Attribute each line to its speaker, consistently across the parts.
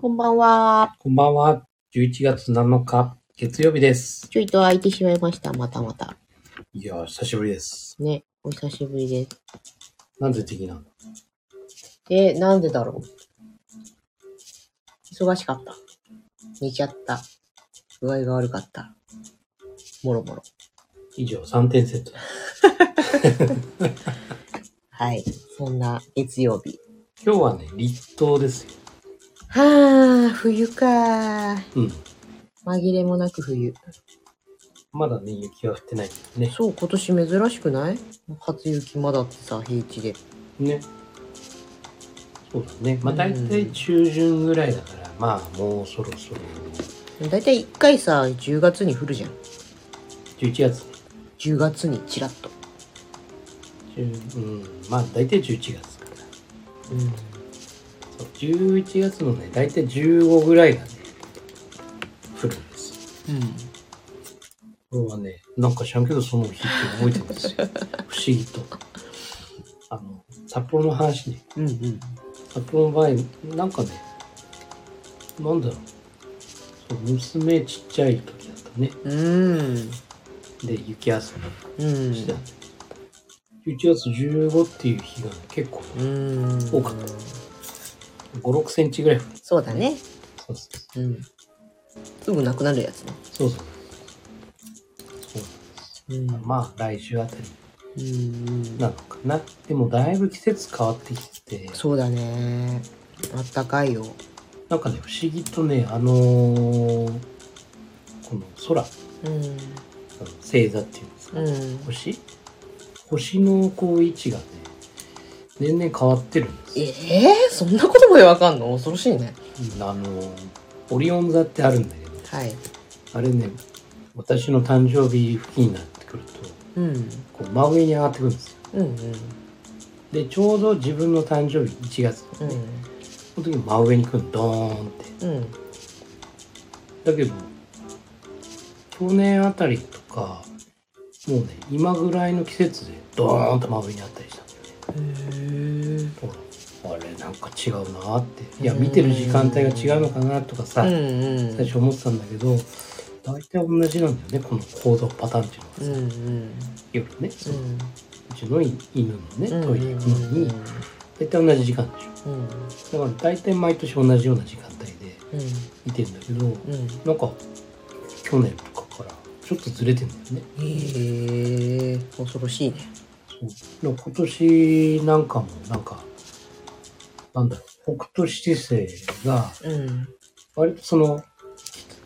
Speaker 1: こんばんは。
Speaker 2: こんばんは。11月7日、月曜日です。
Speaker 1: ちょいと空いてしまいました。またまた。
Speaker 2: いやー、久しぶりです。
Speaker 1: ね。お久しぶりです。
Speaker 2: なんで的なんだ
Speaker 1: え、なんでだろう。忙しかった。寝ちゃった。具合が悪かった。もろもろ。
Speaker 2: 以上、3点セット。
Speaker 1: はい。そんな月曜日。
Speaker 2: 今日はね、立冬ですよ。
Speaker 1: はあ、冬か。
Speaker 2: うん。
Speaker 1: 紛れもなく冬。
Speaker 2: まだね、雪は降ってないけどね。
Speaker 1: そう、今年珍しくない初雪まだってさ、平地で。
Speaker 2: ね。そうだね。まあ、
Speaker 1: うん
Speaker 2: 大体中旬ぐらいだから、まあ、もうそろそろ、
Speaker 1: だいたい1回さ、10月に降るじゃん。
Speaker 2: 11月ね。
Speaker 1: 10月にチラッと。
Speaker 2: 10うん、まあ、大体11月か
Speaker 1: う
Speaker 2: な。
Speaker 1: ん。
Speaker 2: そう11月のね、大体15ぐらいがね、降るんですよ。
Speaker 1: うん。
Speaker 2: これはね、なんか知らんけどその日って覚えてるんですよ。不思議と。あの、札幌の話ね。
Speaker 1: うんうん。
Speaker 2: 札幌の場合、なんかね、なんだろう。そう娘ちっちゃい時だったね。
Speaker 1: うーん。
Speaker 2: で、雪遊
Speaker 1: う
Speaker 2: びして
Speaker 1: ん
Speaker 2: た。11月15っていう日がね、結構
Speaker 1: うーん。
Speaker 2: 多かった5、6センチぐらい降る。
Speaker 1: そうだね。
Speaker 2: そうそうそ
Speaker 1: うん。すぐなくなるやつね。
Speaker 2: う。そうそうそう
Speaker 1: うん。
Speaker 2: まあ、来週あたり
Speaker 1: うん。
Speaker 2: なのかな。でも、だいぶ季節変わってきてて、
Speaker 1: そうだね。あったかいよ。
Speaker 2: なんかね、不思議とね、あのーこの空、あ
Speaker 1: うん。
Speaker 2: の星座っていうんですか、
Speaker 1: うん。
Speaker 2: 星星のこう位置がね、年々変わってるんですよ。
Speaker 1: ええそんなことまでわかんの恐ろしいね。
Speaker 2: あのーオリオン座ってあるんだけど、
Speaker 1: はい。
Speaker 2: あれね、私の誕生日付近になってくると、
Speaker 1: うん。
Speaker 2: こう真上に上がってくるんですよ。
Speaker 1: うんうん。
Speaker 2: で、ちょうど自分の誕生日、1月
Speaker 1: う
Speaker 2: のね、
Speaker 1: ん。
Speaker 2: その時に真上に来るの、ドーンって。
Speaker 1: うん。
Speaker 2: だけど、去年あたりとか、もうね、今ぐらいの季節でドーンと真上にあったりしたんだよね
Speaker 1: へ
Speaker 2: ほら。あれ、なんか違うなって。いや、見てる時間帯が違うのかなとかさ、
Speaker 1: うんうん。
Speaker 2: 最初思ってたんだけど、大体同じなんだよね、この行動パターンっていう
Speaker 1: うん
Speaker 2: のはさ。
Speaker 1: うん。
Speaker 2: 夜ね、そうの
Speaker 1: ん。
Speaker 2: うちの犬のね、
Speaker 1: うん
Speaker 2: トイレ行くのに、大体同じ時間でし
Speaker 1: うんうん
Speaker 2: ょ。だから大体毎年同じような時間帯で
Speaker 1: う
Speaker 2: 見てんだけど、
Speaker 1: んうん。
Speaker 2: なんか、去年とかからちょっとずれてんだよね。
Speaker 1: へえ恐ろしいね。
Speaker 2: そう今年なんかもなんかなんだろう北斗七星が
Speaker 1: うん。
Speaker 2: 割とその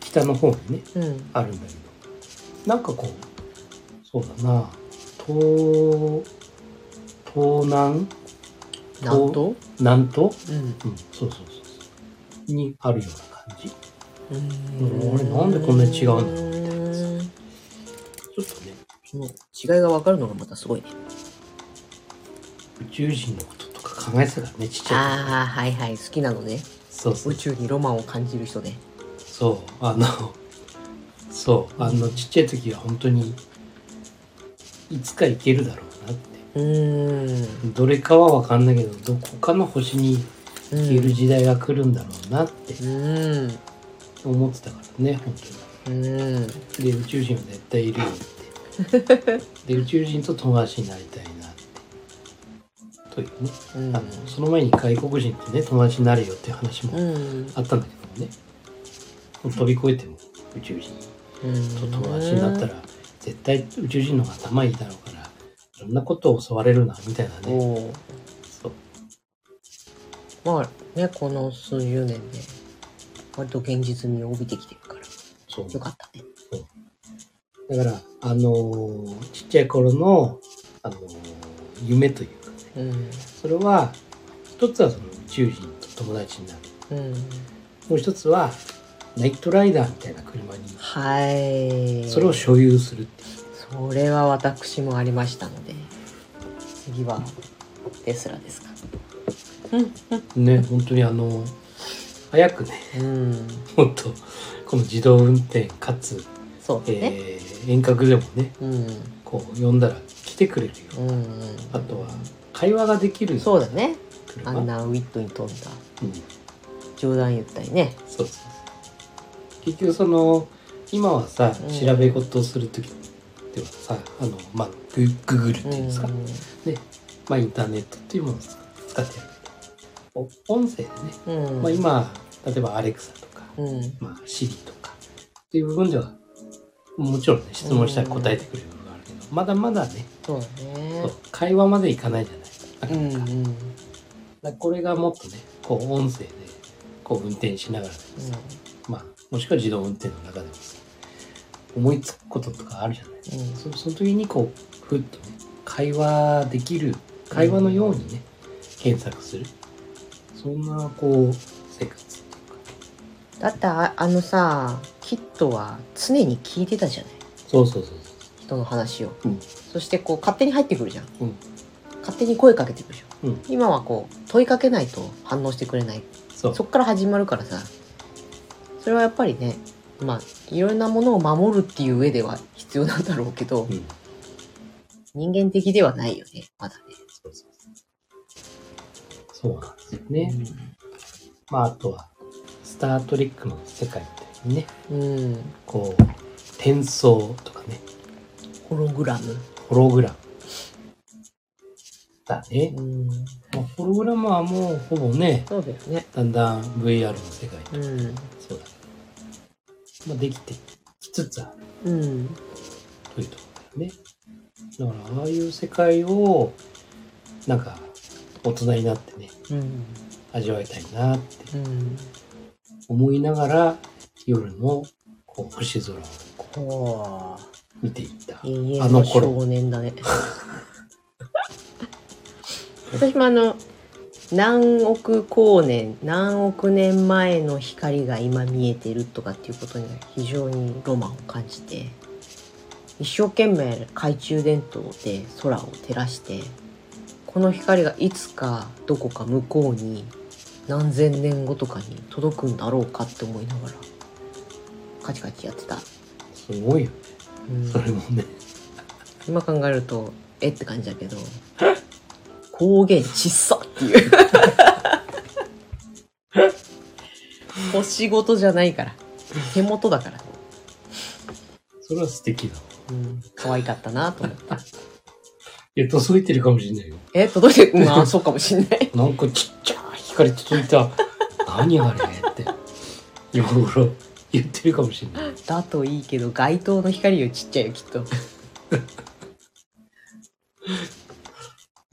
Speaker 2: 北の方にね
Speaker 1: うん。
Speaker 2: あるんだけどなんかこうそうだな東東南
Speaker 1: なんと
Speaker 2: 南東
Speaker 1: うん。
Speaker 2: うんそうそうそうそうにあるような感じち
Speaker 1: う
Speaker 2: うん俺なんでこんなに違うんだろうみたいなやつ
Speaker 1: う
Speaker 2: ょっとね
Speaker 1: その違いが分かるのがまたすごいね。
Speaker 2: 宇宙人のこととか考えてたからねちっちゃい時
Speaker 1: ああ、はいはい、好きなのね。
Speaker 2: そうそう
Speaker 1: 宇宙にロマンを感じる人ね。
Speaker 2: そうあのそうあのちっちゃい時は本当にいつか行けるだろうなって
Speaker 1: うーん。
Speaker 2: どれかは分かんないけどどこかの星に
Speaker 1: うん
Speaker 2: 行ける時代が来るんだろうなって
Speaker 1: うん。う
Speaker 2: 思ってたからね本
Speaker 1: ーん。
Speaker 2: 当にで宇宙人は絶対いるよってで宇宙人と友達になりたいなってというね
Speaker 1: うん
Speaker 2: あのその前に外国人とね友達になるよっていう話も
Speaker 1: うん。
Speaker 2: あったんだけどね飛び越えても宇宙人と友達になった
Speaker 1: ら。
Speaker 2: ら絶対宇宙人の方が頭いいだろうからいろんなことを教われるなみたいなね
Speaker 1: おー
Speaker 2: そう
Speaker 1: まあね、この数十年で、割と現実味を帯びてきてるから、
Speaker 2: そう
Speaker 1: よかったね。
Speaker 2: だからあのーちっちゃい頃の、あのー夢というか
Speaker 1: う
Speaker 2: ね
Speaker 1: ん。
Speaker 2: それは一つはその宇宙人と友達になる
Speaker 1: うん。
Speaker 2: もう一つはナイトライダーみたいな車に
Speaker 1: はい。
Speaker 2: それを所有するっていう
Speaker 1: それは私もありましたので次はテスラですか
Speaker 2: ね本当にあのー早くね
Speaker 1: うん
Speaker 2: もっとこの自動運転かつ、
Speaker 1: そうだね、
Speaker 2: えー遠隔でもね
Speaker 1: うん
Speaker 2: こう呼んだら来てくれるよ
Speaker 1: うんうん
Speaker 2: あとは会話ができる
Speaker 1: そうだねあ
Speaker 2: 車
Speaker 1: んなウィットに富んだ
Speaker 2: うん
Speaker 1: 冗談言ったりね
Speaker 2: そうそうそう結局その今はさ
Speaker 1: うん
Speaker 2: 調べ事をする時ではさ、あのまあググーグルっていうんですか、で、まあ、インターネットっていうものを使ってやるお音声でね、
Speaker 1: うん、うん
Speaker 2: まあ、今例えばアレクサとか、
Speaker 1: うん
Speaker 2: まあ、シリとかっていう部分ではもちろんね質問したら答えてくれる部分があるけど、まだまだね
Speaker 1: そう
Speaker 2: そ
Speaker 1: ね
Speaker 2: う会話までいかないじゃないなか
Speaker 1: うん
Speaker 2: なか,、
Speaker 1: う
Speaker 2: だか
Speaker 1: んうん
Speaker 2: らこれがもっとねこう音声でこう運転しながらでもさ、まあ、もしくは自動運転の中でもさ思いつくこととかあるじゃない
Speaker 1: うん
Speaker 2: そその時にこうふっとね会話できる会話のようにね、検索するそんなこう生活っていうか
Speaker 1: だってああのさキッドは常に聞いてたじゃない
Speaker 2: そうそうそう
Speaker 1: 人の話を、
Speaker 2: うん
Speaker 1: そしてこう勝手に入ってくるじゃん、
Speaker 2: うん
Speaker 1: 勝手に声かけてくるじゃん、
Speaker 2: うん
Speaker 1: 今はこう問いかけないと反応してくれない
Speaker 2: そう
Speaker 1: そ
Speaker 2: そう
Speaker 1: っから始まるからさそれはやっぱりねまあいろんなものを守るっていう上では必要なんだろうけど、
Speaker 2: うん
Speaker 1: 人間的ではないよねまだね
Speaker 2: そうそうそうなんですよね、まああとは「スター・トレック」の世界みたいにね
Speaker 1: うん、うん、
Speaker 2: こう転送とかね
Speaker 1: ホログラム、
Speaker 2: ホログラムだね、
Speaker 1: うん、
Speaker 2: まあ、ホログラムはもうほぼね
Speaker 1: そうだよね
Speaker 2: だんだん VR の世界に
Speaker 1: うん
Speaker 2: そうだね。まあ、できてきつつある
Speaker 1: うん
Speaker 2: というところだよね。だから、ああいう世界を、なんか、大人になってね、
Speaker 1: うん
Speaker 2: 味わいたいなって
Speaker 1: うん
Speaker 2: 思いながら、夜のこう星空をこ
Speaker 1: ほう
Speaker 2: う見ていった。
Speaker 1: 永
Speaker 2: あ
Speaker 1: 遠
Speaker 2: の
Speaker 1: の
Speaker 2: 頃
Speaker 1: 少年だね私もあの何億光年何億年前の光が今見えてるとかっていうことには非常にロマンを感じて一生懸命懐中電灯で空を照らしてこの光がいつかどこか向こうに何千年後とかに届くんだろうかって思いながらカチカチやってた、
Speaker 2: すごいよね。
Speaker 1: うん
Speaker 2: それもね。
Speaker 1: 今考えるとえって感じだけど光源ちっさっていう星ごとじゃないから手元だから、
Speaker 2: それは素敵だ。
Speaker 1: うん、可愛かったなと思って
Speaker 2: いや、届いてるかもしれないよ。
Speaker 1: え届いてる まあそうかもしんない
Speaker 2: なんかちっちゃい光届い た。何あれって、今頃言ってるかもしれない。
Speaker 1: だといいけど街灯の光よりちっちゃいよきっと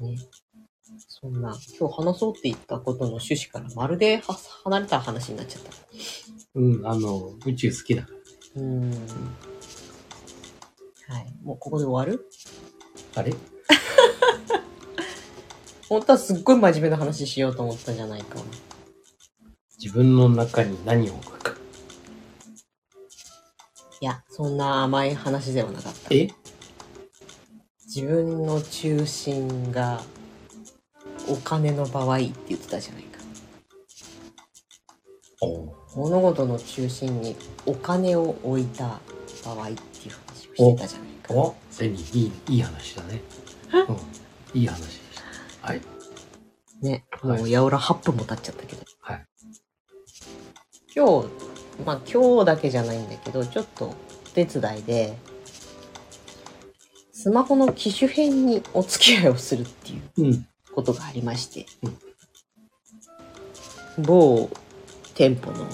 Speaker 1: ねそんな今日話そうって言ったことの趣旨からまるでは離れた話になっちゃった
Speaker 2: うん、あの、宇宙好きだから。
Speaker 1: うーんはい。もうここで終わる
Speaker 2: あれ
Speaker 1: 本当はすっごい真面目な話しようと思ったじゃないか。
Speaker 2: 自分の中に何を置くか。
Speaker 1: いや、そんな甘い話ではなかった。
Speaker 2: え
Speaker 1: 自分の中心がお金の場合って言ってたじゃないか。
Speaker 2: お
Speaker 1: 物事の中心にお金を置いた場合っていう話をしてたじゃないか。
Speaker 2: おセニー、いい、いい話だね。うん、いい話でした。はい。
Speaker 1: ね。も
Speaker 2: はいう
Speaker 1: やおら8分も経っちゃったけど。
Speaker 2: はい。
Speaker 1: 今日まあ今日だけじゃないんだけどちょっとお手伝いでスマホの機種変にお付き合いをするっていう
Speaker 2: うん。
Speaker 1: ことがありまして
Speaker 2: う、
Speaker 1: 某店舗の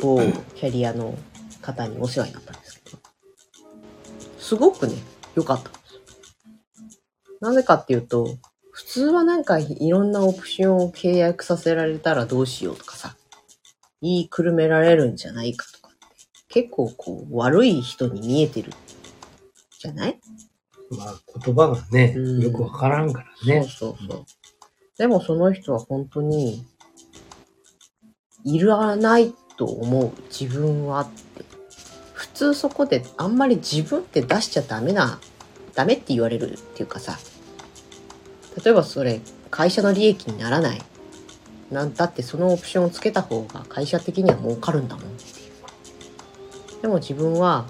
Speaker 1: 某キャリアの方にお世話になったんですけどすごくね良かったんですよなぜかっていうと普通はなんかいろんなオプションを契約させられたらどうしようとかさ言いくるめられるんじゃないかとかって結構こう悪い人に見えてるじゃない
Speaker 2: まあ、言葉がね、
Speaker 1: うん
Speaker 2: よくわからんからね。
Speaker 1: そうそうそう。でもその人は本当に、いらないと思う自分はって。普通そこであんまり自分って出しちゃダメな、ダメって言われるっていうかさ。例えばそれ、会社の利益にならない。なんだってそのオプションをつけた方が会社的には儲かるんだもんっていう。でも自分は、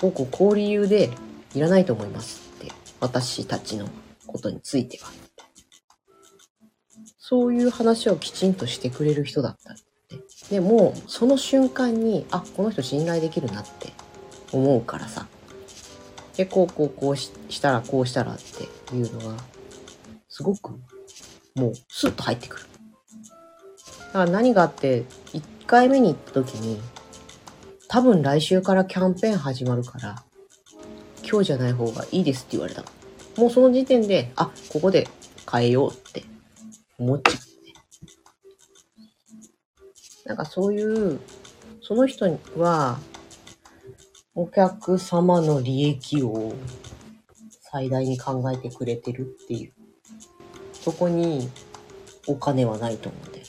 Speaker 1: こうこうこう理由でいらないと思いますって。私たちのことについては。そういう話をきちんとしてくれる人だったってでもうその瞬間にあこの人信頼できるなって思うからさでこうこうこうししたらこうしたらっていうのがすごくもうスッと入ってくるだから何があって1回目に行った時に多分来週からキャンペーン始まるから今日じゃない方がいいですって言われたのもうその時点であここで変えようって思っちゃってなんかそういうその人はお客様の利益を最大に考えてくれてるっていうそこにお金はないと思うんだよね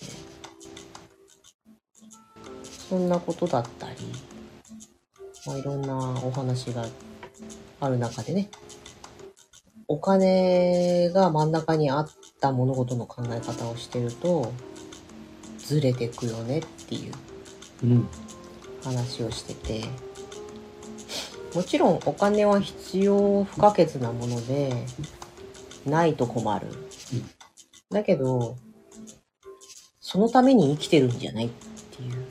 Speaker 1: そんなことだったり、まあ、いろんなお話がある中でねお金が真ん中にあった物事の考え方をしてるとずれてくよねっていう
Speaker 2: うん
Speaker 1: 話をしててもちろんお金は必要不可欠なものでないと困るだけどそのために生きてるんじゃないっていう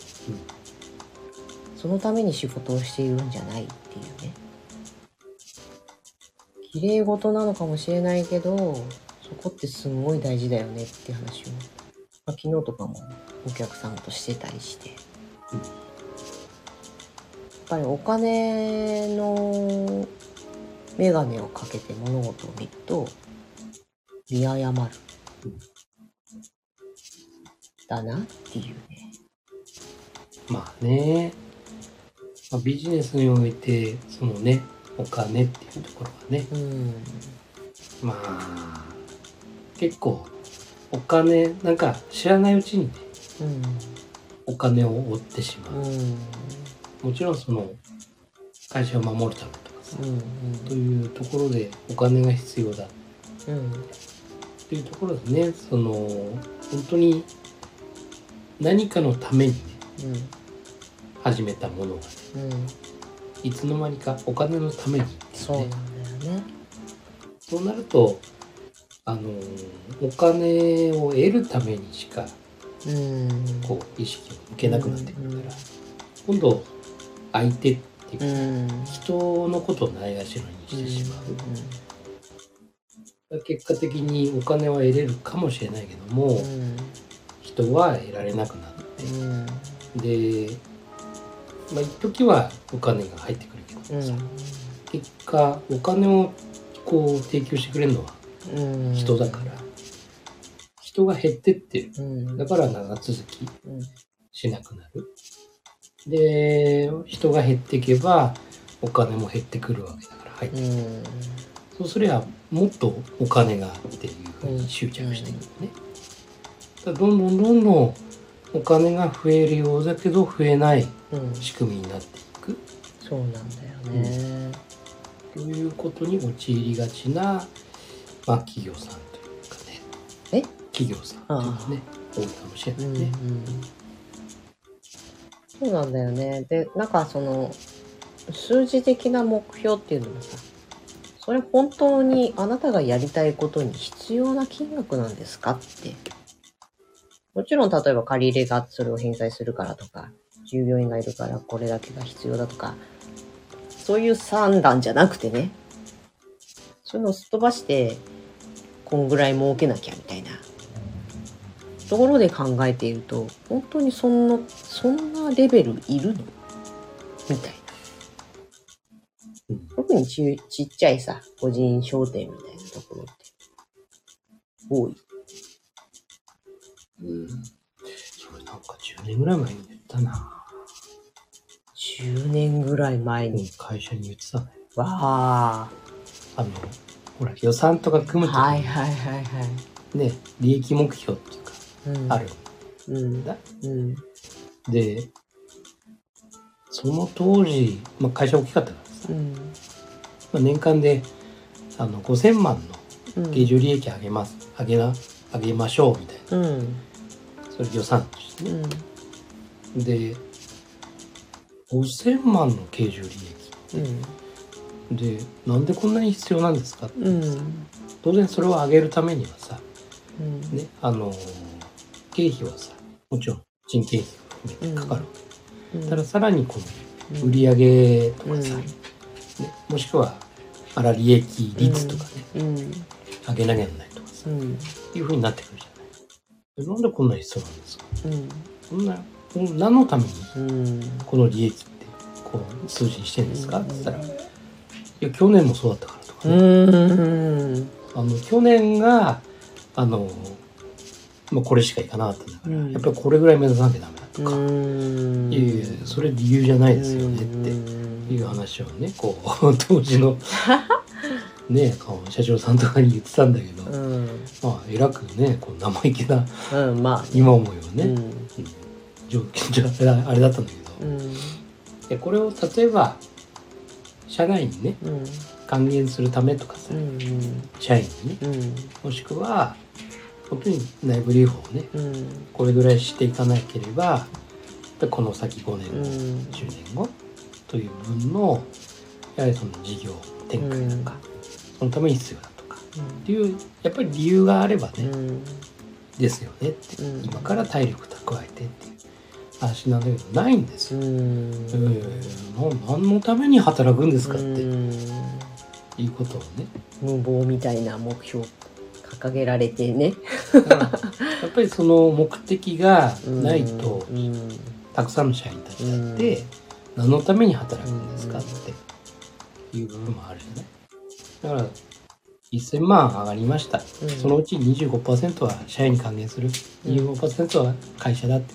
Speaker 1: そのために仕事をしているんじゃないっていうね綺麗事なのかもしれないけどそこってすんごい大事だよねっていう話を、まあ、昨日とかもお客さんとしてたりしてやっぱりお金の眼鏡をかけて物事を見ると見誤る
Speaker 2: うん
Speaker 1: だなっていうね
Speaker 2: まあね、まあ、ビジネスにおいてそのねお金っていうところはね
Speaker 1: うん
Speaker 2: まあ結構お金なんか知らないうちにねお金を追ってしま
Speaker 1: うんう
Speaker 2: う、
Speaker 1: ん
Speaker 2: もちろんその会社を守るためとかさ、
Speaker 1: うん
Speaker 2: というところでお金が必要だっ
Speaker 1: うん
Speaker 2: ていうところですねその本当に何かのためにね始めたものがね
Speaker 1: うんうん
Speaker 2: いつの間にかお金のためにってい
Speaker 1: そうなんだよね
Speaker 2: そうなるとあのお金を得るためにしか
Speaker 1: うん
Speaker 2: こう意識を向けなくなってくるから、
Speaker 1: うん
Speaker 2: 今度相手っていう
Speaker 1: う
Speaker 2: か、
Speaker 1: ん
Speaker 2: 人のことをないがしろにしてしまう、結果的にお金は得れるかもしれないけども、
Speaker 1: うん
Speaker 2: 人は得られなくなって
Speaker 1: うん
Speaker 2: でまあ一時はお金が入ってくるけど
Speaker 1: うん
Speaker 2: さ、結果お金をこう提供してくれるのは
Speaker 1: うん
Speaker 2: 人だから、人が減ってってる
Speaker 1: うん
Speaker 2: だから長続き
Speaker 1: うん
Speaker 2: しなくなるで人が減っていけばお金も減ってくるわけだから入って
Speaker 1: う
Speaker 2: くる、
Speaker 1: ん
Speaker 2: そうすりゃもっとお金がっていうふうに執着してくるね、だからどんどんどんどんお金が増えるようだけど増えない
Speaker 1: うん
Speaker 2: 仕組みになっていく
Speaker 1: そうなんだよね
Speaker 2: ということに陥りがちな、まあ、企業さんというかね
Speaker 1: え
Speaker 2: 企業さんというかね多いかもしれな
Speaker 1: う
Speaker 2: い
Speaker 1: んう
Speaker 2: ね
Speaker 1: ん。そうなんだよねでなんかその数字的な目標っていうのもさそれ本当にあなたがやりたいことに必要な金額なんですかってもちろん例えば借り入れがそれを返済するからとか従業員がいるからこれだけが必要だとかそういう算段じゃなくてねそういうのをすっ飛ばしてこんぐらい儲けなきゃみたいなところで考えていると本当にそんなそんなレベルいるのみたいな
Speaker 2: うん
Speaker 1: 特にちちっちゃいさ個人商店みたいなところって多い
Speaker 2: うんそれなんか10年ぐらい前に言ったな、
Speaker 1: 10年ぐらい前
Speaker 2: うん
Speaker 1: に、
Speaker 2: 会社に言ってたね
Speaker 1: わ
Speaker 2: あのほら予算とか組
Speaker 1: あ
Speaker 2: むときに、
Speaker 1: はいはいはいはい
Speaker 2: ね利益目標っていうか
Speaker 1: うん
Speaker 2: ある、
Speaker 1: うん
Speaker 2: だ
Speaker 1: うん
Speaker 2: でその当時、まあ、会社大きかったからさ、
Speaker 1: うん
Speaker 2: まあ、年間であの5000万
Speaker 1: う
Speaker 2: の
Speaker 1: ん
Speaker 2: 経常利益上げます、上げな上げましょうみたい
Speaker 1: うん
Speaker 2: なそれ予算として
Speaker 1: う
Speaker 2: ね、
Speaker 1: ん
Speaker 2: で5000万の経常利
Speaker 1: うん
Speaker 2: 益でなんでこんなに必要なんですかって、
Speaker 1: うん
Speaker 2: 当然それを上げるためにはさ、
Speaker 1: うん
Speaker 2: ね、あのー経費はさもちろん人件費含めてかかる、
Speaker 1: うん
Speaker 2: たださらにこ
Speaker 1: うん
Speaker 2: の売り上げとかさ、
Speaker 1: うん
Speaker 2: ね、もしくはあら利益率とかね、
Speaker 1: うん
Speaker 2: 上げなきゃならないとかさ
Speaker 1: うん
Speaker 2: っていうふうになってくるじゃないなんでこんなに必要なんですか
Speaker 1: うん
Speaker 2: そんなこの何のために
Speaker 1: うん
Speaker 2: この利益ってこう数字にしてるんですか
Speaker 1: う
Speaker 2: っ
Speaker 1: ん
Speaker 2: て言ったら「いや去年もそうだったから」とか
Speaker 1: う
Speaker 2: ね、
Speaker 1: ん
Speaker 2: あの去年があの、まあ、これしかいかなかったんだから、
Speaker 1: うん
Speaker 2: やっぱりこれぐらい目指さなきゃダメだとか、
Speaker 1: うん
Speaker 2: いやいやそれ理由じゃないですよねっ
Speaker 1: って
Speaker 2: いう話をねこう 当時 のねこう社長さんとかに言ってたんだけど、
Speaker 1: う
Speaker 2: ま
Speaker 1: ん
Speaker 2: あ偉くねこう生意気な
Speaker 1: うんまあ
Speaker 2: 今思うよね、
Speaker 1: うん
Speaker 2: 状況じゃあれだったんだけど、
Speaker 1: うん
Speaker 2: でこれを例えば社内にね
Speaker 1: うん
Speaker 2: 還元するためとかさ、
Speaker 1: うん
Speaker 2: 社員にね
Speaker 1: うん
Speaker 2: もしくは本当に内部留保をね
Speaker 1: うん
Speaker 2: これぐらいしていかなければでこの先5年
Speaker 1: う
Speaker 2: 後、
Speaker 1: ん
Speaker 2: 10年後という分のやはりその事業展開とか、そのために必要だとかっていうやっぱり理由があればね、
Speaker 1: うん
Speaker 2: ですよねって、
Speaker 1: うん
Speaker 2: 今から体力蓄えてっていう話なんだけどないんです
Speaker 1: う
Speaker 2: よ。
Speaker 1: ん
Speaker 2: えー、な何のために働くんですかって
Speaker 1: うん
Speaker 2: いうことをね
Speaker 1: 無謀みたいな目標掲げられてね
Speaker 2: だからやっぱりその目的がないと
Speaker 1: うん
Speaker 2: たくさんの社員たちだって何のために働くんですかっていう部分もあるじゃないだから1000万上がりました、
Speaker 1: うん
Speaker 2: そのうち25%は社員に還元する25%は会社だって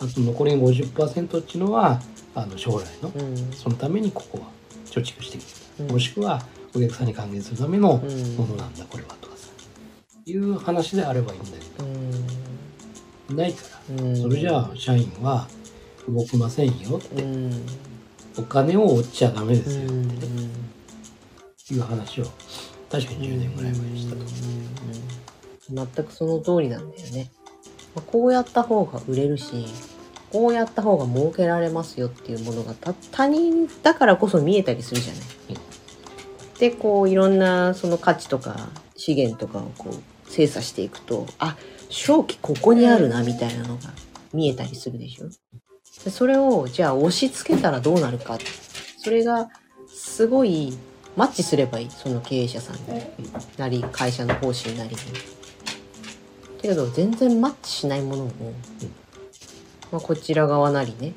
Speaker 2: あと残りの50%っていうのはあの将来の
Speaker 1: うん
Speaker 2: そのためにここは貯蓄してき
Speaker 1: う
Speaker 2: た
Speaker 1: ん
Speaker 2: もしくはお客さんに還元するための
Speaker 1: うん
Speaker 2: ものなんだこれはとかさいう話であればいいんだけ
Speaker 1: う
Speaker 2: どないから
Speaker 1: ん
Speaker 2: それじゃあ社員は動きませんよっ
Speaker 1: う
Speaker 2: て、
Speaker 1: ん
Speaker 2: お金を負っちゃダメで
Speaker 1: う
Speaker 2: すよ
Speaker 1: ん
Speaker 2: ってね、いう話を確かに10年ぐらい前にしたと思
Speaker 1: うんうん全くその通りなんだよね、まあこうやった方が売れるしこうやった方が儲けられますよっていうものがた他人だからこそ見えたりするじゃない。でこういろんなその価値とか資源とかをこう精査していくとあ正気ここにあるなみたいなのが見えたりするでしょ。でそれをじゃあ押し付けたらどうなるかそれがすごいマッチすればいいその経営者さんに。なり会社の方針なりに。けれど全然マッチしないものを、まあ、こちら側なりね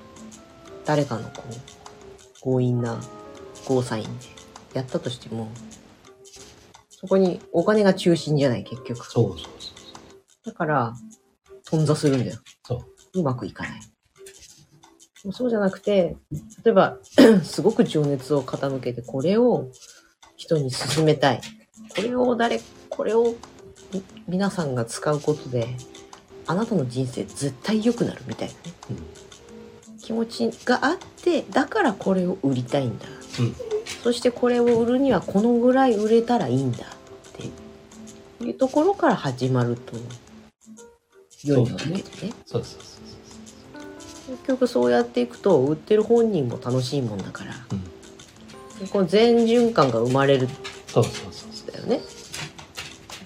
Speaker 1: 誰かのこう強引なゴーサインでやったとしてもそこにお金が中心じゃない結局
Speaker 2: そうそうそう
Speaker 1: だから頓挫するんだよ
Speaker 2: そう
Speaker 1: うまくいかないもうそうじゃなくて例えば すごく情熱を傾けてこれを人に勧めたいこれを誰これをみ皆さんが使うことであなたの人生絶対良くなるみたいなね、気持ちがあってだからこれを売りたいんだ、
Speaker 2: うん
Speaker 1: そしてこれを売るにはこのぐらい売れたらいいんだっていうところから始まると良いわけでね
Speaker 2: そうそうそう
Speaker 1: 結局そうやっていくと売ってる本人も楽しいもんだから、
Speaker 2: うん
Speaker 1: この全循環が生まれるん
Speaker 2: そうそうそうそうそう
Speaker 1: だよねも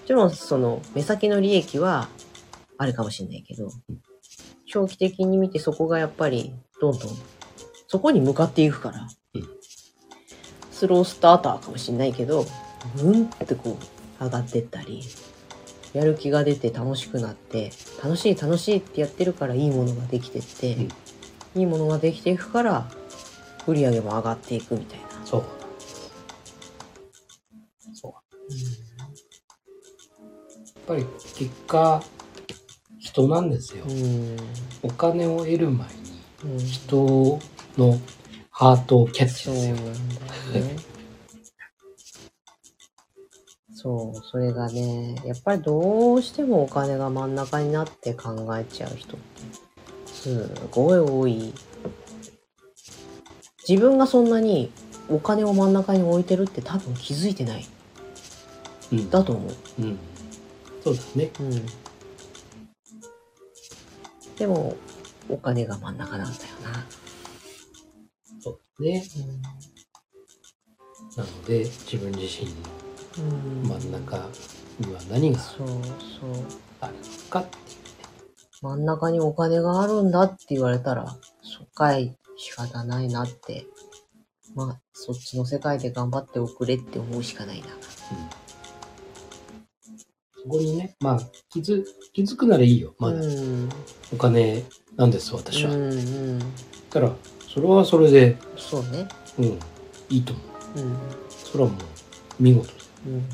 Speaker 1: ちろんその目先の利益はあるかもしれないけど長期的に見てそこがやっぱりどんどんそこに向かっていくから、
Speaker 2: うん
Speaker 1: スロースターターかもしれないけどうんってこう上がってったりやる気が出て楽しくなって楽しい楽しいってやってるからいいものができてって、いいものができていくから売り上げも上がっていくみたいな。
Speaker 2: そうそうやっぱり結果人なんですよ、
Speaker 1: うん
Speaker 2: お金を得る前に
Speaker 1: うん
Speaker 2: 人のハートをキャッチ
Speaker 1: そう
Speaker 2: で
Speaker 1: な
Speaker 2: す
Speaker 1: ん
Speaker 2: よ
Speaker 1: だよね。そう、それがね、やっぱりどうしてもお金が真ん中になって考えちゃう人って、すごい多い。自分がそんなにお金を真ん中に置いてるって多分気づいてない。
Speaker 2: うん
Speaker 1: だと思う。
Speaker 2: うんそうだね
Speaker 1: うん。でも、お金が真ん中なんだよな。
Speaker 2: そうだねなので自分自身の
Speaker 1: うん
Speaker 2: 真ん中には何が
Speaker 1: そうそう。
Speaker 2: あるのかっていうね
Speaker 1: 真ん中にお金があるんだって言われたら、そっかい、仕方ないなって。まあ、そっちの世界で頑張っておくれって思うしかないな。
Speaker 2: そこにね、まあ、気づ、気づくならいいよ。まあ、
Speaker 1: うん。
Speaker 2: お金なんです、私は。
Speaker 1: う
Speaker 2: だ
Speaker 1: んうん。
Speaker 2: から、それはそれで、
Speaker 1: そうね。
Speaker 2: うん、いいと思う。
Speaker 1: うん。
Speaker 2: それはもう、見事だ。
Speaker 1: うん。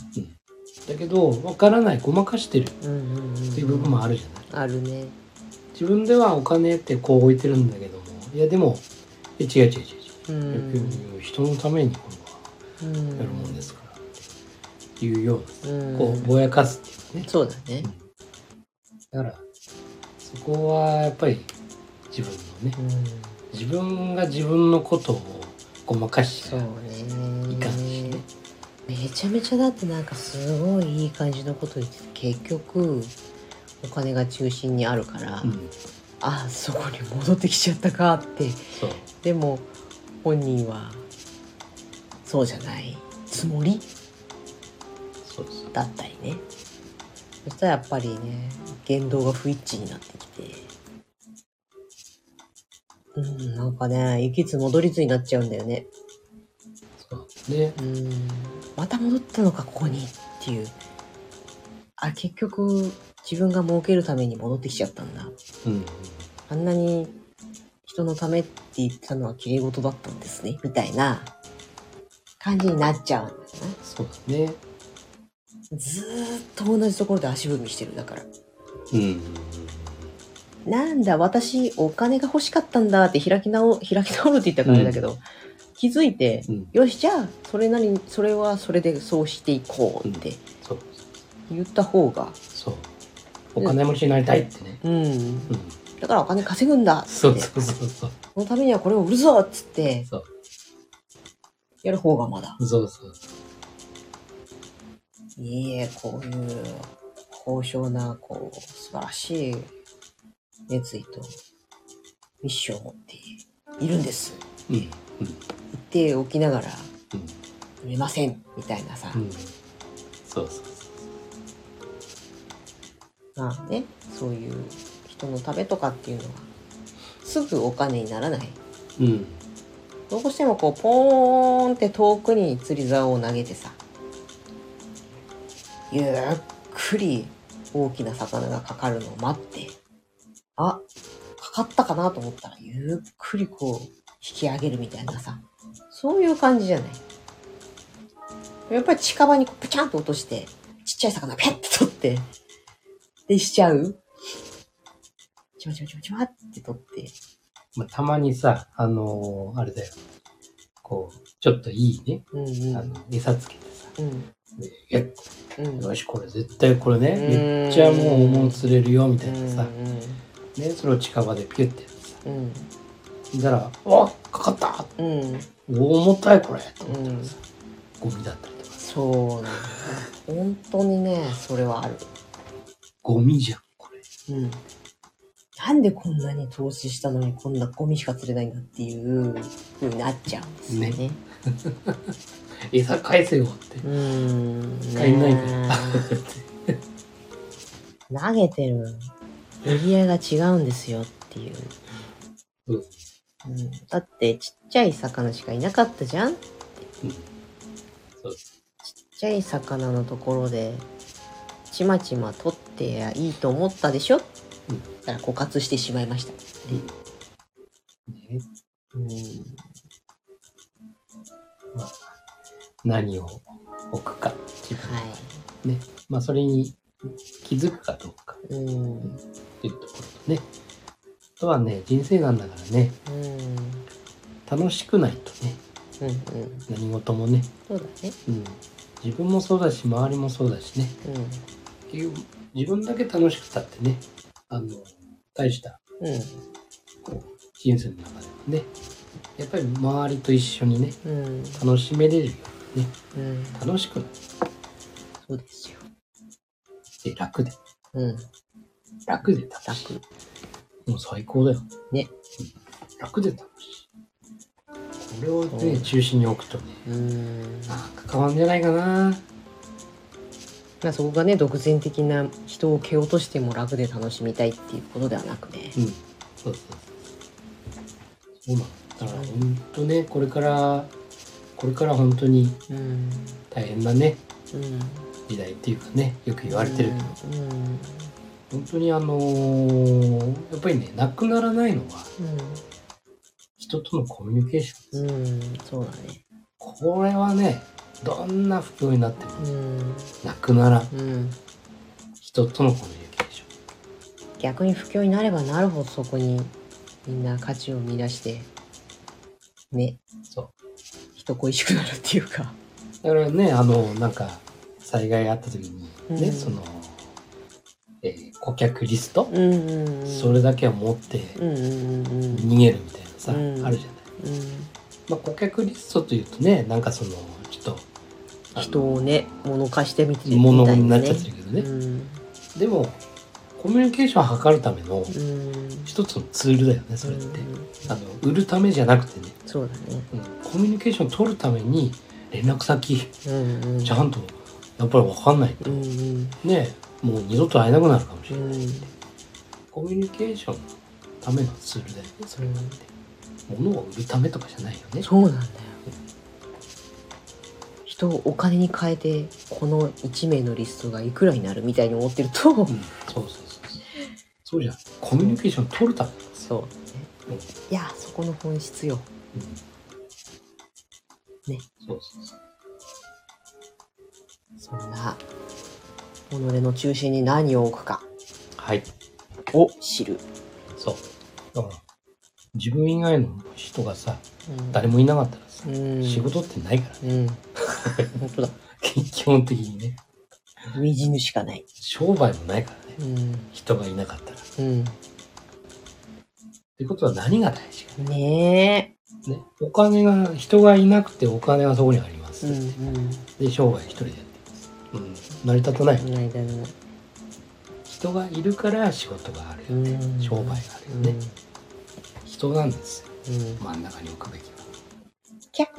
Speaker 2: だけど、わからない、ごまかしてるっ
Speaker 1: うんうんうん。
Speaker 2: ていう部分もあるじゃない。
Speaker 1: あるね。
Speaker 2: 自分ではお金ってこう置いてるんだけども、いや、でも、え違う違う違う
Speaker 1: う
Speaker 2: 違
Speaker 1: ん。
Speaker 2: う。人のためにこ
Speaker 1: う
Speaker 2: れ
Speaker 1: ん
Speaker 2: はやるもんですから。っていうよう
Speaker 1: うん
Speaker 2: な、こう、ぼやかすっていうかね。
Speaker 1: そうだね。
Speaker 2: だからそこはやっぱり自分のね
Speaker 1: うん。
Speaker 2: 自分が自分のことをごまかして
Speaker 1: そうね。
Speaker 2: いかんしね
Speaker 1: めちゃめちゃだってなんかすごいいい感じのこと言ってて結局お金が中心にあるから、
Speaker 2: うん
Speaker 1: あそこに戻ってきちゃったかって
Speaker 2: そう
Speaker 1: でも本人はそうじゃないつもり
Speaker 2: そうそう
Speaker 1: だったりねそしたらやっぱりね言動が不一致になってきてうんなんかね行きつ戻りつになっちゃうんだよね
Speaker 2: そうで
Speaker 1: うんまた戻ったのかここにっていうあ結局自分が儲けるために戻ってきちゃったんだ
Speaker 2: うん
Speaker 1: あんなに人のためって言ってたのは綺麗事だったんですねみたいな感じになっちゃうんだよね
Speaker 2: そうだね
Speaker 1: ずーっと同じところで足踏みしてるだから
Speaker 2: うん
Speaker 1: なんだ私お金が欲しかったんだって開き直開き直るって言ったからあれだけど、気づいて
Speaker 2: うん
Speaker 1: よしじゃあそれなりにそれはそれでそうしていこうって
Speaker 2: そう
Speaker 1: 言った方が
Speaker 2: そうお金持ちになりたいってね
Speaker 1: うん
Speaker 2: うん
Speaker 1: だからお金稼ぐんだっつ
Speaker 2: そ
Speaker 1: っ
Speaker 2: う
Speaker 1: て
Speaker 2: そうそうそ
Speaker 1: そ
Speaker 2: う
Speaker 1: のためにはこれを売るぞっつって
Speaker 2: そう
Speaker 1: やる方がまだ
Speaker 2: そうそう
Speaker 1: いいえこういう高尚なこう素晴らしい熱意とミッションを持っているんです
Speaker 2: うんうん
Speaker 1: 言っておきながら
Speaker 2: うん
Speaker 1: 売れませんみたいなさ、
Speaker 2: うんそうそうそう
Speaker 1: まあねそういう人のためとかっていうのはすぐお金にならない
Speaker 2: うん
Speaker 1: どうしてもこうポーンって遠くに釣り竿を投げてさゆっくり大きな魚がかかるのを待ってあかかったかなと思ったらゆっくりこう引き上げるみたいなさそういう感じじゃないやっぱり近場にこうプチャンと落としてちっちゃい魚ペッて取ってでしちゃうちまちまちまちまって取って
Speaker 2: まあたまにさあのーあれだよこうちょっといいね
Speaker 1: うんう
Speaker 2: あ
Speaker 1: ん
Speaker 2: の餌つけてさ
Speaker 1: うん
Speaker 2: で「いや
Speaker 1: うん
Speaker 2: よしこれ絶対これね
Speaker 1: うん
Speaker 2: めっちゃもう桃釣れるよ」みたいなさ、
Speaker 1: う
Speaker 2: ね、それを近場でピュッてやって
Speaker 1: ん
Speaker 2: さ
Speaker 1: うん
Speaker 2: 見たら「おかかった
Speaker 1: うん、
Speaker 2: お重たいこれ!」と
Speaker 1: う
Speaker 2: 思
Speaker 1: ん、
Speaker 2: ゴミだったりとか
Speaker 1: そうなんだよ本当にねそれはある、
Speaker 2: 「ゴミじゃんこれ
Speaker 1: うん、なんでこんなに投資したのにこんなゴミしか釣れないんだっていう風になっちゃうんですよね
Speaker 2: ね餌返せよ」って
Speaker 1: うーん
Speaker 2: 使えないから
Speaker 1: ね投げてる売り合いが違うんですよっていう、
Speaker 2: そう
Speaker 1: うん、だってちっちゃい魚しかいなかったじゃん
Speaker 2: そう
Speaker 1: ちっちゃい魚のところでちまちま取ってやいいと思ったでしょ、
Speaker 2: うん
Speaker 1: だから枯渇してしまいました、
Speaker 2: ね
Speaker 1: うん、
Speaker 2: まあ何を置くか自分、
Speaker 1: は
Speaker 2: ねまあそれに気づくかどうか
Speaker 1: いうん
Speaker 2: っていうところとねあとはね人生なんだからね
Speaker 1: うん
Speaker 2: 楽しくないとね
Speaker 1: うんうん
Speaker 2: 何事もね
Speaker 1: そうだね
Speaker 2: うん、自分もそうだし周りもそうだしね結局自分だけ楽しくたってねあの大した
Speaker 1: うんうん
Speaker 2: こう人生の中でねやっぱり周りと一緒にね
Speaker 1: うん
Speaker 2: 楽しめれるようにね
Speaker 1: うん
Speaker 2: 楽しくなっ
Speaker 1: そうですよ
Speaker 2: て楽で
Speaker 1: うん
Speaker 2: 楽で楽し
Speaker 1: 楽
Speaker 2: いもう最高だよ
Speaker 1: ね、
Speaker 2: うん楽で楽しいこれを
Speaker 1: う
Speaker 2: ね
Speaker 1: ん
Speaker 2: 中心に置くとね
Speaker 1: うん
Speaker 2: なんか変わんじゃないかな
Speaker 1: まあそこがね独善的な人を蹴落としても楽で楽しみたいっていうことではなくね
Speaker 2: うん、そうそうそう。そうなんだから本当ね、これから、これから本当に
Speaker 1: うん
Speaker 2: 大変なね、
Speaker 1: うん
Speaker 2: 時代っていうかね、よく言われてるけど、
Speaker 1: うんうん
Speaker 2: 本当にあのーやっぱりね、なくならないのは、人とのコミュニケーション。
Speaker 1: うん、うん、そうだね
Speaker 2: これはね、どんな不況になっても、
Speaker 1: うん
Speaker 2: なくならん
Speaker 1: うん
Speaker 2: 人とのコミュニケーション。
Speaker 1: 逆に不況になればなるほどそこにみんな価値を見出してね
Speaker 2: そう
Speaker 1: 人恋しくなるっていうか
Speaker 2: だからね、あの、なんか、災害があった時に、ね、
Speaker 1: うん
Speaker 2: その、えー顧客リスト、
Speaker 1: うんうんうん
Speaker 2: それだけを持って
Speaker 1: うんうんうんうん
Speaker 2: 逃げるみたいなさ、
Speaker 1: うん
Speaker 2: あるじゃない。
Speaker 1: う
Speaker 2: まあ、顧客リストというとね、なんかその、ちょっと、あ
Speaker 1: ん、
Speaker 2: の
Speaker 1: 人をね物化してみてみ
Speaker 2: 物
Speaker 1: たい
Speaker 2: にな
Speaker 1: な
Speaker 2: っちゃ
Speaker 1: ね
Speaker 2: ってるけどね。
Speaker 1: うん
Speaker 2: でも、コミュニケーションを図るための
Speaker 1: うん
Speaker 2: 一つのツールだよね、それって。
Speaker 1: うん
Speaker 2: あの、売るためじゃなくてね、
Speaker 1: そうだね
Speaker 2: うんコミュニケーションを取るために、連絡先、
Speaker 1: うんうん
Speaker 2: ちゃんと、やっぱり分かんないと
Speaker 1: う、んうん
Speaker 2: ね、もう二度と会えなくなるかもし
Speaker 1: う
Speaker 2: れない。
Speaker 1: ん
Speaker 2: コミュニケーションのためのツールだよね、それなんて。物を売るためとかじゃないよね。
Speaker 1: そうなんだよ人をお金に変えてこの1名のリストがいくらになるみたいに思ってると
Speaker 2: うん、そうそうそうそう。そうじゃん。コミュニケーション取るためなんです
Speaker 1: そ
Speaker 2: よ。
Speaker 1: う
Speaker 2: うん
Speaker 1: いやそこの本質よ
Speaker 2: うん
Speaker 1: ね。
Speaker 2: そうそうそう。
Speaker 1: そんな己の中心に何を置くか
Speaker 2: はい。
Speaker 1: を知る、
Speaker 2: そう。だから、自分以外の人がさ、
Speaker 1: うん、
Speaker 2: 誰もいなかったらさ、
Speaker 1: うん
Speaker 2: 仕事ってないから
Speaker 1: う
Speaker 2: ね。
Speaker 1: ん本当だ
Speaker 2: 基本的にね。
Speaker 1: 初陣しかない
Speaker 2: 商売もないからね。
Speaker 1: うん
Speaker 2: 人がいなかったら。っ
Speaker 1: うん
Speaker 2: てことは何が大事か。
Speaker 1: ね
Speaker 2: ね。お金が、人がいなくてお金がそこにあります。
Speaker 1: え。うん。
Speaker 2: で、商売一人でやってます。うん。成り立たない。
Speaker 1: ないだな。
Speaker 2: 人がいるから仕事があるよ
Speaker 1: う
Speaker 2: ね。
Speaker 1: ん
Speaker 2: 商売があるよね。人なんですよ。
Speaker 1: うん。うん。
Speaker 2: 真ん中に置くべきは。
Speaker 1: キャッ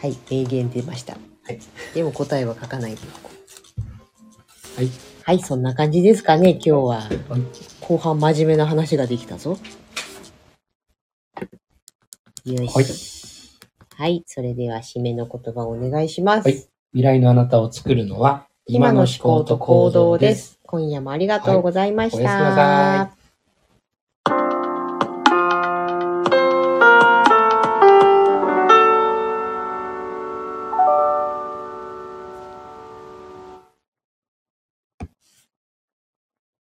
Speaker 1: はい、名言出ました。
Speaker 2: はい。
Speaker 1: でも答えは書かないでおこう。
Speaker 2: はい。
Speaker 1: はい、そんな感じですかね、今日は。
Speaker 2: はい
Speaker 1: 後半真面目な話ができたぞ。よ
Speaker 2: はい
Speaker 1: し。はい、それでは締めの言葉をお願いします。
Speaker 2: はい未来のあなたを作るのは、
Speaker 1: 今の思考と行動です。今夜もありがとうございました。
Speaker 2: おやすみなさい